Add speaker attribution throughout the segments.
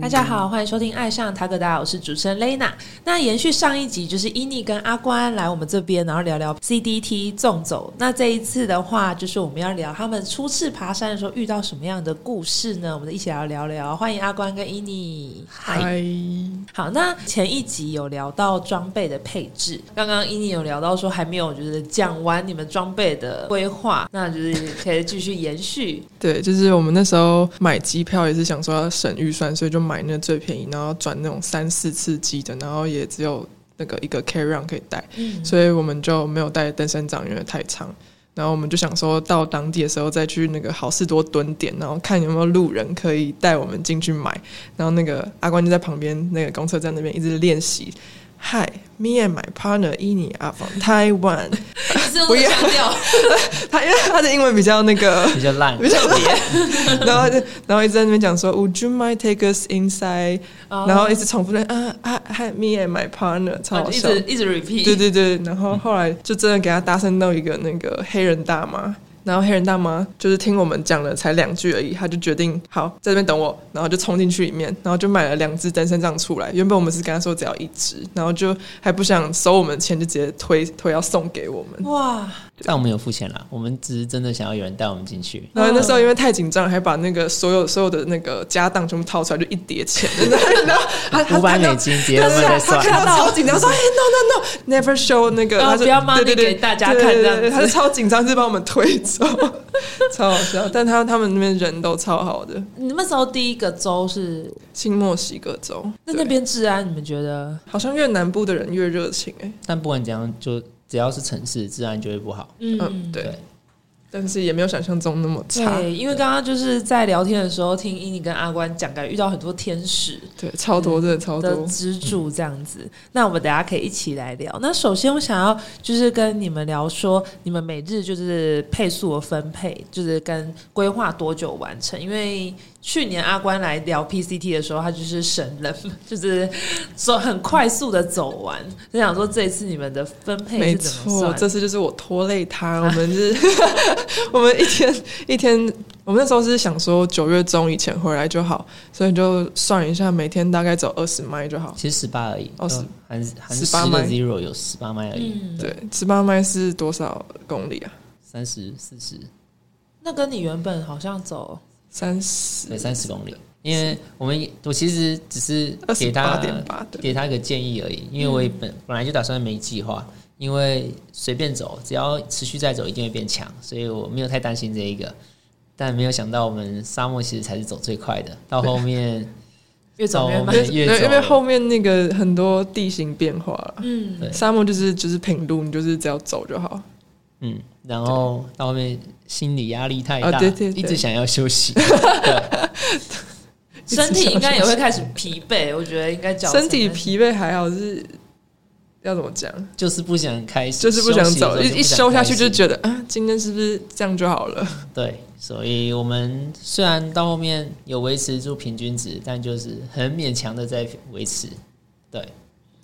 Speaker 1: 大家好，欢迎收听《爱上塔可达》，我是主持人 Lena。那延续上一集，就是伊妮跟阿关来我们这边，然后聊聊 CDT 纵走。那这一次的话，就是我们要聊他们初次爬山的时候遇到什么样的故事呢？我们一起来聊聊。欢迎阿关跟伊妮。
Speaker 2: 嗨，
Speaker 1: 好，那前一集有聊到装备的配置，刚刚伊妮有聊到说还没有就是讲完你们装备的规划，那就是可以继续延续。
Speaker 2: 对，就是我们那时候买机票也是想说要省预算，所以就买那最便宜，然后转那种三四次机的，然后也只有那个一个 carry on 可以带，
Speaker 1: 嗯
Speaker 2: 所以我们就没有带登山杖，因为太长。然后我们就想说到当地的时候再去那个好事多蹲点，然后看有没有路人可以带我们进去买。然后那个阿关就在旁边那个公车站那边一直练习。Hi, me and my partner Ini are from Taiwan。
Speaker 1: 是用这个腔调，
Speaker 2: 他因为他的英文比较那个
Speaker 3: 比较烂，
Speaker 2: 比较 然后就然后一直在那边讲说，Would you mind take us inside？、
Speaker 1: 哦
Speaker 2: 然后一直重复的啊啊，Hi me and my partner，超
Speaker 1: 啊
Speaker 2: 好
Speaker 1: 一
Speaker 2: 笑。
Speaker 1: 直一直 repeat，
Speaker 2: 对对对，然后后来就真的给他搭讪到一个那个黑人大妈，然后黑人大妈就是听我们讲了才两句而已，他就决定好在这边等我，然后就冲进去里面，然后就买了两只登山杖出来。原本我们是跟他说只要一只，然后就还不想收我们钱，就直接推推要送给我们。
Speaker 1: 哇，
Speaker 3: 但我们有付钱啦，我们只是真的想要有人带我们进去。
Speaker 2: 然后那时候因为太紧张，还把那个所有所有的那个家当全部掏出来，就一叠钱，然后 他他
Speaker 3: 五百
Speaker 2: 看到
Speaker 3: 美金直接
Speaker 2: 对
Speaker 3: 慢
Speaker 2: 对对
Speaker 3: 慢在
Speaker 2: 他
Speaker 3: 算，
Speaker 2: 看到超紧张，说：“哎，no no no，never show 那个，
Speaker 1: 哦
Speaker 2: 他就
Speaker 1: 不要 money
Speaker 2: 对对对
Speaker 1: 给大家看
Speaker 2: 对对
Speaker 1: 这样子
Speaker 2: 对他就超紧张，就把我们推走， 超好笑。但他他们那边人都超好的，
Speaker 1: 你那时候第一个州是
Speaker 2: 新墨西哥州，
Speaker 1: 那
Speaker 2: 对
Speaker 1: 那边治安，你们觉得？
Speaker 2: 好像越南部的人越热情哎，
Speaker 3: 但不管怎样，就只要是城市，治安就会不好。
Speaker 2: 嗯，对
Speaker 3: 对，
Speaker 2: 但是也没有想象中那么差，
Speaker 1: 对，因为刚刚就是在聊天的时候听伊妮跟阿关讲，感觉遇到很多天使
Speaker 2: 对，超多真的超
Speaker 1: 的
Speaker 2: 多，
Speaker 1: 支柱这样子。那我们等一下可以一起来聊。那首先我想要就是跟你们聊说，你们每日就是配速的分配，就是跟规划多久完成，因为。去年阿关来聊 PCT 的时候，他就是神人， 就是走很快速的走完。就想说这一次你们的分配
Speaker 2: 没
Speaker 1: 是怎么
Speaker 2: 错，
Speaker 1: 算？
Speaker 2: 这次就是我拖累他，我们是， 我们一天一天，我们那时候是想说九月中以前回来就好，所以就算一下，每天大概走二十迈就好。
Speaker 3: 其实十八而已，
Speaker 2: 哦十
Speaker 3: 就含含十
Speaker 2: 18
Speaker 3: 个
Speaker 2: 迈
Speaker 3: zero 有十八迈而已，
Speaker 2: 对，十八迈是多少公里啊？
Speaker 3: 三十四十
Speaker 1: 那跟你原本好像走
Speaker 2: 三十
Speaker 3: 对三十公里。因为我们也我其实只是
Speaker 2: 二
Speaker 3: 给
Speaker 2: 十八
Speaker 3: 他
Speaker 2: 点八对。嗯
Speaker 3: 给他一个建议而已，因为我也本本来就打算没计划，因为随便走，只要持续再走，一定会变强，所以我没有太担心这一个。但没有想到，我们沙漠其实才是走最快 的，到后面
Speaker 1: 越走越
Speaker 3: 到后
Speaker 1: 慢。
Speaker 3: 面越
Speaker 2: 对，因为后
Speaker 3: 走
Speaker 2: 面那个很多地形变化了，
Speaker 1: 嗯，
Speaker 3: 对
Speaker 2: 沙漠就是就是平路，你就是只要走就好。
Speaker 3: 嗯，然后到后面心理压力太
Speaker 2: 啊
Speaker 3: 大，
Speaker 2: 对对对
Speaker 3: 一直想要休 息，
Speaker 1: 身体应该也会开始疲惫，我觉得应该脚
Speaker 2: 身体疲惫还好是要怎么讲？
Speaker 3: 就是不想开始，
Speaker 2: 就是不想走，
Speaker 3: 休息的时候就
Speaker 2: 一一休下去就
Speaker 3: 不想开始
Speaker 2: 觉得啊，今天是不是这样就好了？
Speaker 3: 对，所以我们虽然到后面有维持住平均值，但就是很勉强的在维持，对。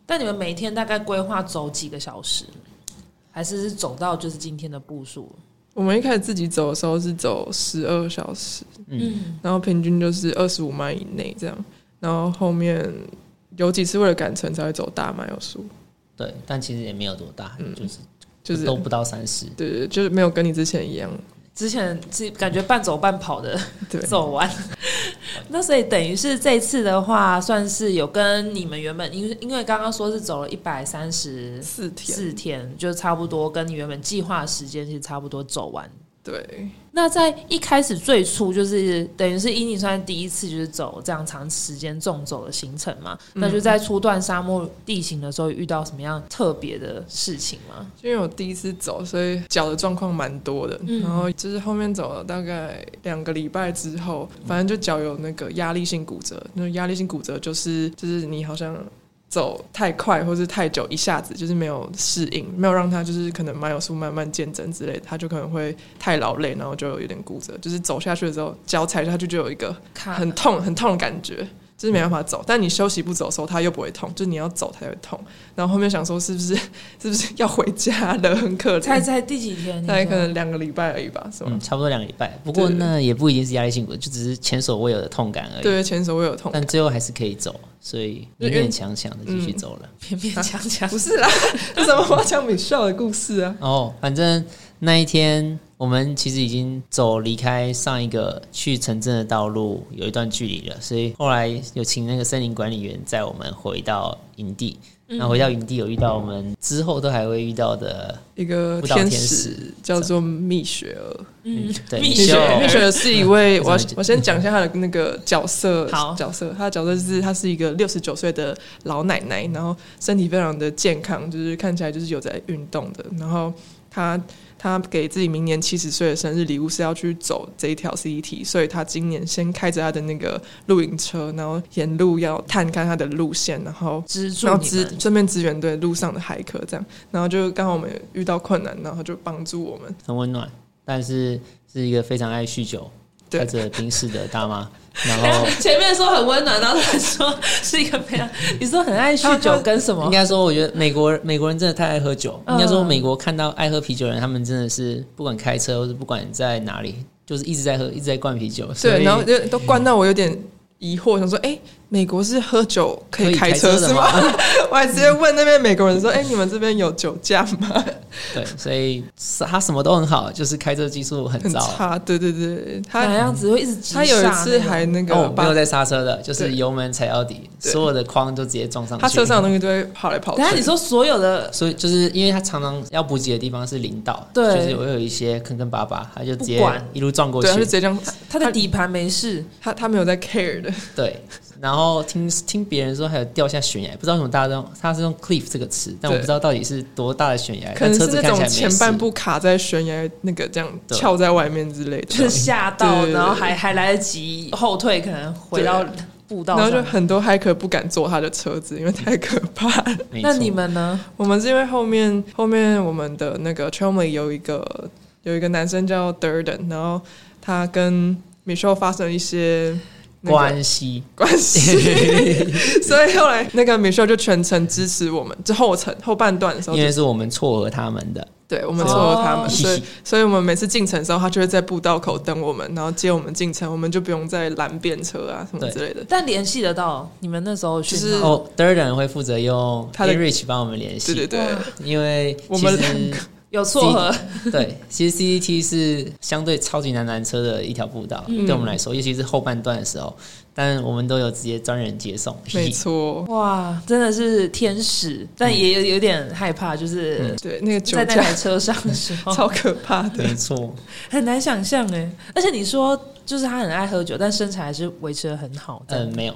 Speaker 1: 但你们每天大概规划走几个小时，还是是走到就是今天的步数？
Speaker 2: 我们一开始自己走的时候是走十二小时，
Speaker 1: 嗯，
Speaker 2: 然后平均就是二十五迈以内这样，然后后面有几次为了赶程才会走大迈有数，
Speaker 3: 对，但其实也没有多大，
Speaker 2: 嗯
Speaker 3: 就是
Speaker 2: 就是
Speaker 3: 都不到三十。
Speaker 2: 对啊对，就是没有跟你之前一样，
Speaker 1: 之前是感觉半走半跑的
Speaker 2: 对，
Speaker 1: 走完。那所以等于是这次的话，算是有跟你们原本因为因为刚刚说是走了一百三十
Speaker 2: 四天，
Speaker 1: 四天，就差不多跟你原本计划的时间其实差不多走完
Speaker 2: 对
Speaker 1: 那在一开始最初就是等于是伊妮算第一次就是走这样长时间纵走的行程嘛，那就在初段沙漠地形的时候有遇到什么样特别的事情吗？
Speaker 2: 因为我第一次走，所以脚的状况蛮多的，然后就是后面走了大概两个礼拜之后，反正就脚有那个压力性骨折，那压力性骨折就是就是你好像。走太快或是太久，一下子就是没有适应，没有让它就是可能慢有速慢慢见增之类的，它就可能会太劳累，然后就有点骨折。就是走下去的时候，脚踩下去就有一个
Speaker 1: 卡
Speaker 2: 很痛很痛的感觉，就是没办法走。但你休息不走的时候，它又不会痛，就是你要走它才会痛。然后后面想说是不 是是不是要回家了，很可
Speaker 1: 才
Speaker 2: 怜。
Speaker 1: 才第几天？
Speaker 2: 大概可
Speaker 1: 你
Speaker 2: 能两个礼拜而已吧，是吧？
Speaker 3: 嗯，差不多两个礼拜。不过
Speaker 2: 对
Speaker 3: 那也不一定是压力性骨折，就只是前所未有的痛感而已。
Speaker 2: 对，前手会有痛，
Speaker 3: 但最后还是可以走，所以
Speaker 2: 因
Speaker 3: 勉
Speaker 2: 为
Speaker 3: 勉强强的继续走了。
Speaker 1: 说勉勉强强
Speaker 2: 啊不是啦，为什么我要讲米笑的故事啊？
Speaker 3: 哦，反正那一天我们其实已经走离开上一个去城镇的道路有一段距离了，所以后来有请那个森林管理员载我们回到营地。
Speaker 2: 嗯
Speaker 3: 那回到营地有遇到我们之后都还会遇到的，
Speaker 2: 一个
Speaker 3: 舞蹈
Speaker 2: 天
Speaker 3: 天
Speaker 2: 使
Speaker 3: 使
Speaker 2: 叫做蜜雪儿，
Speaker 1: 嗯，
Speaker 3: 对
Speaker 1: 蜜
Speaker 3: 蜜
Speaker 2: 蜜雪
Speaker 1: 雪
Speaker 2: 儿
Speaker 3: 雪
Speaker 2: 蜜雪儿是一位，我要
Speaker 3: 为什么
Speaker 2: 我先讲一下她的那个角色
Speaker 1: 好，
Speaker 2: 角色，她的角色是她是一个六十九岁的老奶奶，然后身体非常的健康，就是看起来就是有在运动的，然后她。她给自己明年七十岁的生日礼物是要去走这一条 CET，所以她今年先开着她的那个露营车，然后沿路要探看她的路线，然后
Speaker 1: 资助
Speaker 2: 然后
Speaker 1: 你
Speaker 2: 支
Speaker 1: 们
Speaker 2: 顺便支援对路上的骇客这样，然后就刚好我们遇到困难，然后就帮助我们。
Speaker 3: 很温暖，但是是一个非常爱酗酒、
Speaker 2: 对
Speaker 3: 开着宾士的大 妈，然
Speaker 1: 等一
Speaker 3: 后
Speaker 1: 下前面说很温暖，然后他说是一个非常，你说很爱酗酒跟什
Speaker 3: 应
Speaker 1: 么？
Speaker 3: 该说，我觉得美国美国人真的太爱喝酒。
Speaker 1: 嗯
Speaker 3: 应该说，美国看到爱喝啤酒的人，他们真的是不管开车或者不管在哪里，就是一直在喝，一直在灌啤酒。所
Speaker 2: 对，
Speaker 3: 以
Speaker 2: 然后就都灌到我有点疑惑，想说，哎、美国是喝酒可以开车
Speaker 3: 的
Speaker 2: 是吗？？ 我还直接问那边美国人说，哎、你们这边有酒驾吗？
Speaker 3: 对，所以他什么都很好，就是开车技术很
Speaker 2: 很
Speaker 3: 糟。
Speaker 2: 差，对对对，
Speaker 1: 哪
Speaker 2: 他
Speaker 1: 样子会一直急
Speaker 2: 他有一
Speaker 1: 刹
Speaker 2: 次
Speaker 1: 那种
Speaker 2: 还那个
Speaker 3: 哦，没
Speaker 2: 把
Speaker 3: 有在刹车的，就
Speaker 2: 对
Speaker 3: 是油门踩到底，
Speaker 2: 对
Speaker 3: 所有的框都直接撞上去。
Speaker 2: 他车上的东西都会跑来跑去
Speaker 1: 等一。下你说所有的
Speaker 3: 所以就是因为他常常要补给的地方是林道，
Speaker 1: 对
Speaker 3: 就是会有一些坑坑巴巴，他就直接
Speaker 1: 不管
Speaker 3: 一路撞过去
Speaker 2: 对，他就直。接这样，
Speaker 1: 他的底盘没事，
Speaker 2: 他他没有在 care 的，
Speaker 3: 对，然后听听别人说还有掉下悬崖，不知道为什么大家都用他是用 cliff 这个词，但我
Speaker 2: 对
Speaker 3: 不知道到底是多大的悬崖，
Speaker 2: 可能
Speaker 3: 但
Speaker 2: 是
Speaker 3: 车
Speaker 2: 那
Speaker 3: 子看起
Speaker 2: 种
Speaker 3: 来没
Speaker 2: 前
Speaker 3: 事
Speaker 2: 半部卡在悬崖那个这样
Speaker 3: 对
Speaker 2: 翘在外面之类的，
Speaker 1: 就是吓到，
Speaker 2: 对
Speaker 1: 然后还还来得及后退，可能回
Speaker 2: 对
Speaker 1: 到步道
Speaker 2: 然后就
Speaker 1: 上。
Speaker 2: 很多骇客不敢坐他的车子，因为太可怕了。
Speaker 3: 没
Speaker 1: 那
Speaker 3: 错
Speaker 1: 你们呢？
Speaker 2: 我们是因为后面后面我们的那个 c h e l m y 有一个有一个男生叫 Durden，然后他跟 Michelle 发生了一些、那个
Speaker 3: 关系
Speaker 2: 关 系，所以后来那个 Michelle 就全程支持我们，就后程后半段的时候
Speaker 3: 因
Speaker 2: 就。
Speaker 3: 为是我们撮合他们的，
Speaker 2: 对，我们撮合他们，
Speaker 1: 哦
Speaker 2: 所以所以我们每次进城的时候，他就会在步道口等我们，然后接我们进城，我们就不用再拦便车啊什么
Speaker 3: 对
Speaker 2: 之类的。
Speaker 1: 但联系得到你们那时候
Speaker 2: 就是
Speaker 1: 讯号
Speaker 3: 哦 d u r d e n 会负责用
Speaker 2: 他的
Speaker 3: Enrich 帮我们联
Speaker 2: 对
Speaker 3: 系，
Speaker 2: 对对，
Speaker 3: 因为
Speaker 2: 我们
Speaker 3: 其实
Speaker 1: 有撮合，
Speaker 3: 对，其实 CCT 是相对超级难拦车的一条步道，
Speaker 2: 嗯
Speaker 3: 对我们来说，尤其是后半段的时候，但我们都有直接专人接送，
Speaker 2: 没错，
Speaker 1: 哇，真的是天使，
Speaker 2: 嗯
Speaker 1: 但也有有点害怕，就是
Speaker 2: 对那个酒
Speaker 1: 在那
Speaker 2: 驾
Speaker 1: 台车上的时候，
Speaker 2: 超可怕的。
Speaker 3: 没错，
Speaker 1: 很难想象哎。而且你说，就是他很爱喝酒，但身材还是维持的很好的。
Speaker 3: 嗯，没有，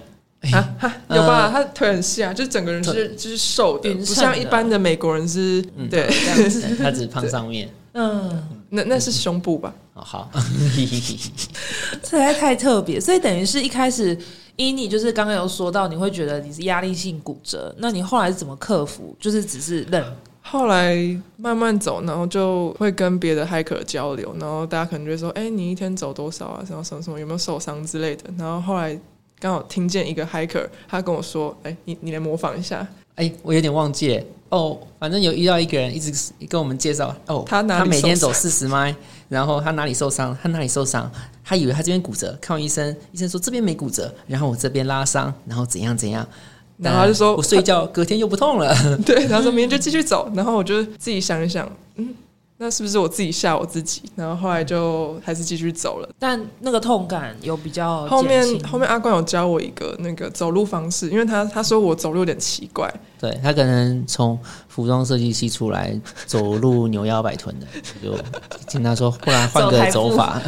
Speaker 2: 啊哈，有
Speaker 3: 呃
Speaker 2: 吧？他腿很细啊，就整个人是就是瘦的，
Speaker 1: 匀
Speaker 2: 不
Speaker 1: 称的
Speaker 2: 像一般的美国人是。
Speaker 3: 嗯
Speaker 2: 对，
Speaker 3: 对他只是胖上面，
Speaker 1: 嗯，
Speaker 2: 那那是胸部吧？
Speaker 3: 哦好，
Speaker 1: 这还太特别，所以等于是一开始。依你就是刚刚有说到，你会觉得你是压力性骨折，那你后来是怎么克服？就是只是忍，
Speaker 2: 后来慢慢走，然后就会跟别的 hiker 交流，然后大家可能就会说：“哎、你一天走多少啊？然后什么什么有没有受伤之类的。”然后后来刚好听见一个 hiker，他跟我说：“哎、你你来模仿一 下。
Speaker 3: 哎、我有点忘记了哦，反正有遇到一个人一直跟我们介绍哦，
Speaker 2: 他哪里
Speaker 3: 每天
Speaker 2: 受
Speaker 3: 走四十迈，然后他哪里受伤，他哪里受伤，他以为他这边骨折，看完医生，医生说这边没骨折，然后我这边拉伤，然后怎样怎样，”
Speaker 2: 然后他就说：“哎
Speaker 3: 我睡觉隔天又不痛了，
Speaker 2: 对，然后说明天就继续走，然后我就自己想一想，嗯，那是不是我自己吓我自己？然后后来就还是继续走了。
Speaker 1: 但那个痛感有比较
Speaker 2: 后面
Speaker 1: 减轻
Speaker 2: 后面阿冠有教我一个那个走路方式，因为他他说我走路有点奇怪，
Speaker 3: 对他可能从服装设计系出来，走路扭腰摆臀的，就听他说，不然换
Speaker 1: 走台
Speaker 3: 个
Speaker 1: 步
Speaker 3: 走法，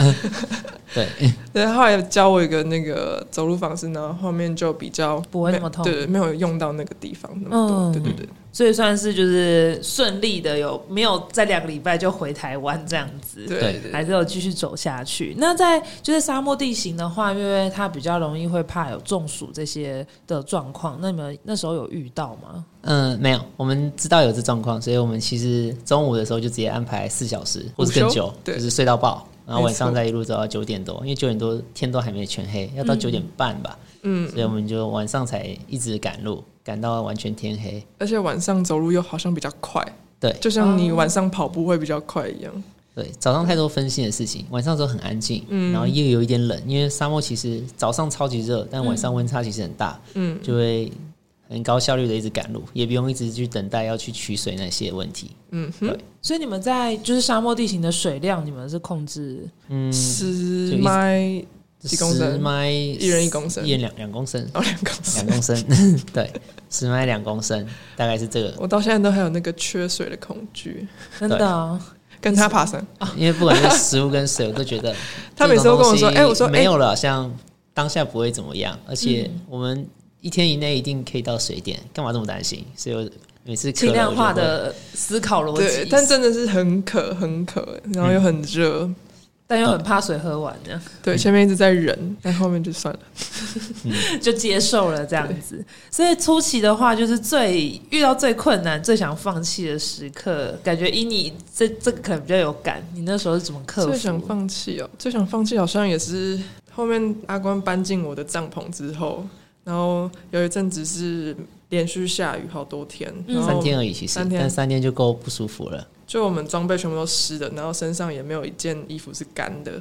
Speaker 3: 对，
Speaker 2: 对，他后来教我一个那个走路方式，然后后面就比较
Speaker 1: 不会那么痛
Speaker 2: 对对，没有用到那个地方那么多，
Speaker 1: 嗯
Speaker 2: 对对对，
Speaker 1: 所以算是就是顺利的有没有在两个礼拜就回台湾这样子，
Speaker 2: 对
Speaker 3: 对
Speaker 1: 还是有继续走下去。那在就是沙漠地形的话，因为它比较容易会怕有中暑这些的状况，那你们那时候有遇到吗？
Speaker 3: 嗯，没有，我们知道有这状况，所以我们其实中午的时候就直接安排四小时或者更久
Speaker 2: 午休，对
Speaker 3: 就是睡到爆，然后晚上
Speaker 2: 没错
Speaker 3: 再一路走到九点多，因为九点多天都还没全黑，要到九点半吧，
Speaker 2: 嗯，
Speaker 3: 所以我们就晚上才一直赶路，赶到完全天黑。
Speaker 2: 而且晚上走路又好像比较快，
Speaker 3: 对
Speaker 2: 就像你晚上跑步会比较快一样。
Speaker 3: 对，早上太多分心的事情，晚上的时候很安静，
Speaker 2: 嗯
Speaker 3: 然后又有一点冷，因为沙漠其实早上超级热，但晚上温差其实很大，
Speaker 2: 嗯，
Speaker 3: 就会很高效率的一直赶路，也不用一直去等待要去取水那些问题。
Speaker 2: 嗯哼，
Speaker 1: 所以你们在就是沙漠地形的水量，你们是控制
Speaker 3: 嗯，
Speaker 2: 十
Speaker 3: 就一
Speaker 2: 迈几公
Speaker 3: 十
Speaker 2: 升
Speaker 3: 迈
Speaker 2: 一人一公升
Speaker 3: 一人两两公升，
Speaker 2: 到两公
Speaker 3: 两
Speaker 2: 升。
Speaker 3: 公升， 对，十迈两公升，大概是这个。
Speaker 2: 我到现在都还有那个缺水的恐惧，
Speaker 1: 真的哦、
Speaker 2: 跟他爬山，
Speaker 3: 因为不管是食物跟水，我都觉得
Speaker 2: 他每次都跟我说
Speaker 3: 这种东西
Speaker 2: 哎我说哎嗯
Speaker 3: 没有了，好像当下不会怎么样，而且我们一天以内一定可以到水点，干嘛这么担心？所以我每次渴了
Speaker 1: 轻量化
Speaker 3: 我就
Speaker 1: 的思考逻
Speaker 2: 对
Speaker 1: 辑，，嗯
Speaker 2: 但真的是很渴很渴，然后又很热，
Speaker 1: 但又很怕水喝完，这样
Speaker 2: 对，前面一直在忍，但后面就算了。
Speaker 1: 就接受了这样子。所以初期的话，就是最遇到最困难、最想放弃的时刻，感觉以你这这个可能比较有感。你那时候是怎么克服？
Speaker 2: 最想放弃哦，最想放弃好像也是后面阿关搬进我的帐篷之后，然后有一阵子是连续下雨好多天，然
Speaker 1: 嗯
Speaker 3: 三
Speaker 2: 后
Speaker 3: 天而已，其
Speaker 2: 哦
Speaker 3: 实
Speaker 2: 三天
Speaker 3: 但三天就够不舒服了。
Speaker 2: 就我们装备全部都湿的，然后身上也没有一件衣服是干的。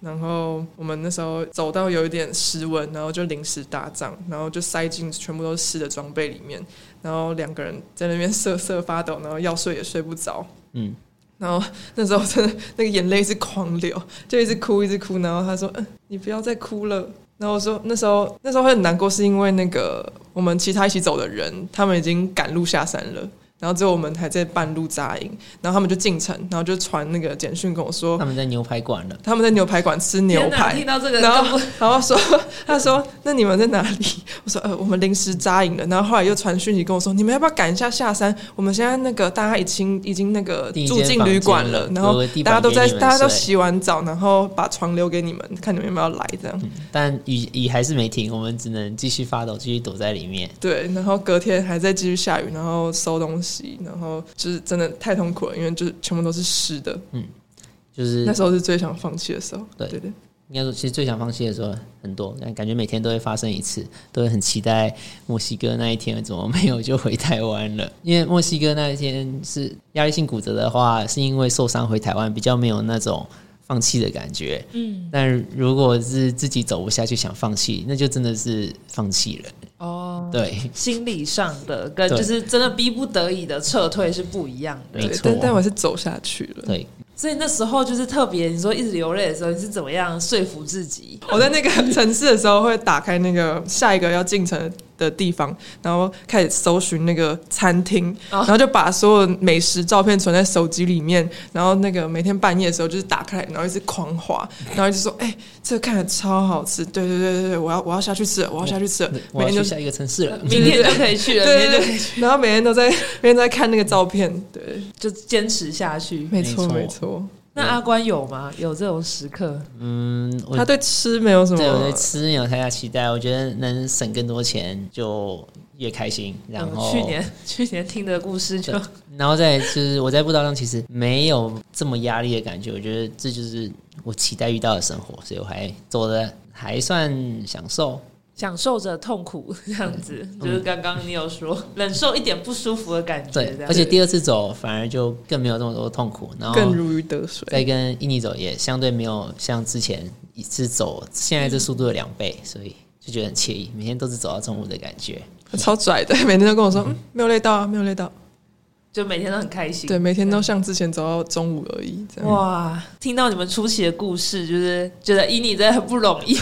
Speaker 2: 然后我们那时候走到有一点湿温，然后就临时搭帐，然后就塞进全部都是湿的装备里面，然后两个人在那边瑟瑟发抖，然后要睡也睡不着，
Speaker 3: 嗯，
Speaker 2: 然后那时候真的那个眼泪是狂流，就一直哭一直哭。然后他说：“嗯，你不要再哭了。”然后我说：“嗯那时候那时候会很难过，是因为那个我们其他一起走的人，他们已经赶路下山了。”然后只有我们还在半路扎营，然后他们就进城，然后就传那个简讯跟我说
Speaker 3: 他们在牛排馆了，
Speaker 2: 他们在牛排馆吃牛
Speaker 1: 天哪
Speaker 2: 排，
Speaker 1: 听到这个
Speaker 2: 然
Speaker 1: 更不
Speaker 2: 后然后说，他说那你们在哪里？ 我说呃，我们临时扎营的。然后后来又传讯息跟我说，你们要不要赶一下下山？我们现在那个大家已经已经那个
Speaker 3: 订一间
Speaker 2: 住进旅馆了，
Speaker 3: 房间了
Speaker 2: 然后
Speaker 3: 有个地板
Speaker 2: 大家都在
Speaker 3: 给你们
Speaker 2: 大家都
Speaker 3: 睡
Speaker 2: 洗完澡，然后把床留给你们，看你们有没有来这样。
Speaker 3: 但雨雨还是没停，我们只能继续发抖，继续躲在里面。
Speaker 2: 对，然后隔天还在继续下雨，然后收东西，然后就是真的太痛苦了，因为就是全部都是湿的。
Speaker 3: 就是
Speaker 2: 那时候是最想放弃的时候。
Speaker 3: 嗯对
Speaker 2: 对对，
Speaker 3: 应该说，其实最想放弃的时候很多，但感觉每天都会发生一次，都会很期待墨西哥那一天怎么没有就回台湾了。因为墨西哥那一天是压力性骨折的话，是因为受伤回台湾比较没有那种放弃的感觉。嗯，但如果是自己走不下去想放弃，那就真的是放弃了。
Speaker 1: 哦，
Speaker 3: 对，
Speaker 1: 心理上的跟
Speaker 3: 对
Speaker 1: 就是真的逼不得已的撤退是不一样的。
Speaker 3: 没
Speaker 2: 对
Speaker 3: 错
Speaker 2: 但但我还是走下去了。
Speaker 3: 对，
Speaker 1: 所以那时候就是特别，你说一直流泪的时候，你是怎么样说服自己？
Speaker 2: 我在那个
Speaker 3: 嗯
Speaker 2: 城市的时候，会打开那个下一个要进城的地方，然后开始搜寻那个餐厅，
Speaker 1: 哦
Speaker 2: 然后就把所有美食照片存在手机里面，然后那个每天半夜的时候就是打开，然后一直狂滑，然后一直说：“哎、这个看起来超好吃！”对对对对对，我要我要下去吃了，我要下去吃了，
Speaker 3: 嗯我
Speaker 2: 每
Speaker 3: 要
Speaker 2: 天就
Speaker 3: 去下一个城市了。嗯
Speaker 1: 明天就可以去了，明
Speaker 2: 对
Speaker 1: 天
Speaker 2: 对
Speaker 1: 就可以
Speaker 2: 对，然后每天都在每天都在看那个照片，对，
Speaker 1: 就坚持下去。
Speaker 2: 没错
Speaker 3: 没
Speaker 2: 没
Speaker 3: 错
Speaker 2: 错，
Speaker 1: 那阿关有吗？有这种时刻？
Speaker 3: 嗯，我
Speaker 2: 他对吃没有什
Speaker 3: 对，我对
Speaker 2: 么。
Speaker 3: 吃没有太大期待，我觉得能省更多钱就越开心。然
Speaker 1: 嗯
Speaker 3: 后
Speaker 2: 哦
Speaker 1: 去年 去年听的故事就
Speaker 3: 对然后再来就是我在步道上其实没有这么压力的感觉，我觉得这就是我期待遇到的生活，所以我还走的还算享受。
Speaker 1: 享受着痛苦 这样子，
Speaker 3: 嗯
Speaker 1: 就是刚刚你有说忍受一点不舒服的感觉，
Speaker 3: 对
Speaker 1: 这，样
Speaker 3: 而且第二次走反而就更没有这么多痛苦，然后
Speaker 2: 更如鱼得水，
Speaker 3: 再跟印尼走也相对没有像之前一次走现在这速度的两倍，所以就觉得很惬意，每天都是走到中午的感觉。
Speaker 2: 超拽的，每天都跟我说，嗯，没有累到啊，没有累到。
Speaker 1: 就每天都很开心。
Speaker 2: 对，每天都像之前走到中午而已，这样。
Speaker 1: 哇，听到你们初期的故事，就是觉得以你真的很不容易，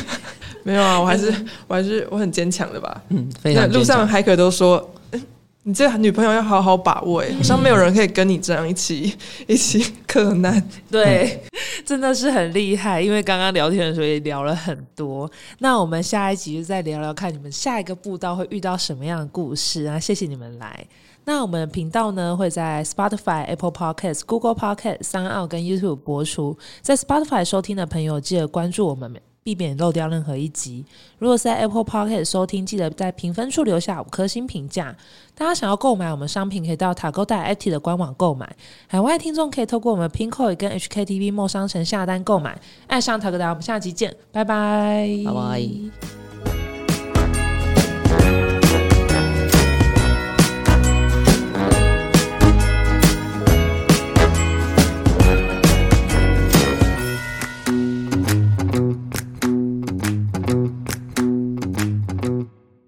Speaker 2: 没有啊，我还是我还是我很坚强的吧。
Speaker 3: 嗯，非
Speaker 2: 那
Speaker 3: 常
Speaker 2: 路上
Speaker 3: 坚强
Speaker 2: 海可都说，嗯你这女朋友要好好把握、欸，好像没有人可以跟你这样一起一起 克难。
Speaker 1: 对，真的是很厉害。因为刚刚聊天的时候也聊了很多，那我们下一集就再聊聊看你们下一个步道会遇到什么样的故事啊！谢谢你们来。那我们频道呢会在 Spotify、Apple Podcast、Google Podcast、三奥跟 YouTube 播出。在 Spotify 收听的朋友，记得关注我们，并避免漏掉任何一集。如果是在 Apple Podcast 收听，记得在评分处留下五颗星评价。大家想要购买我们商品，可以到塔 a 带 i t 的官网购买。海外听众可以透过我们 Pinko 跟 HKTV 梦商城下单购买。爱上塔 a 带，我们下集见，拜拜，
Speaker 3: 拜拜。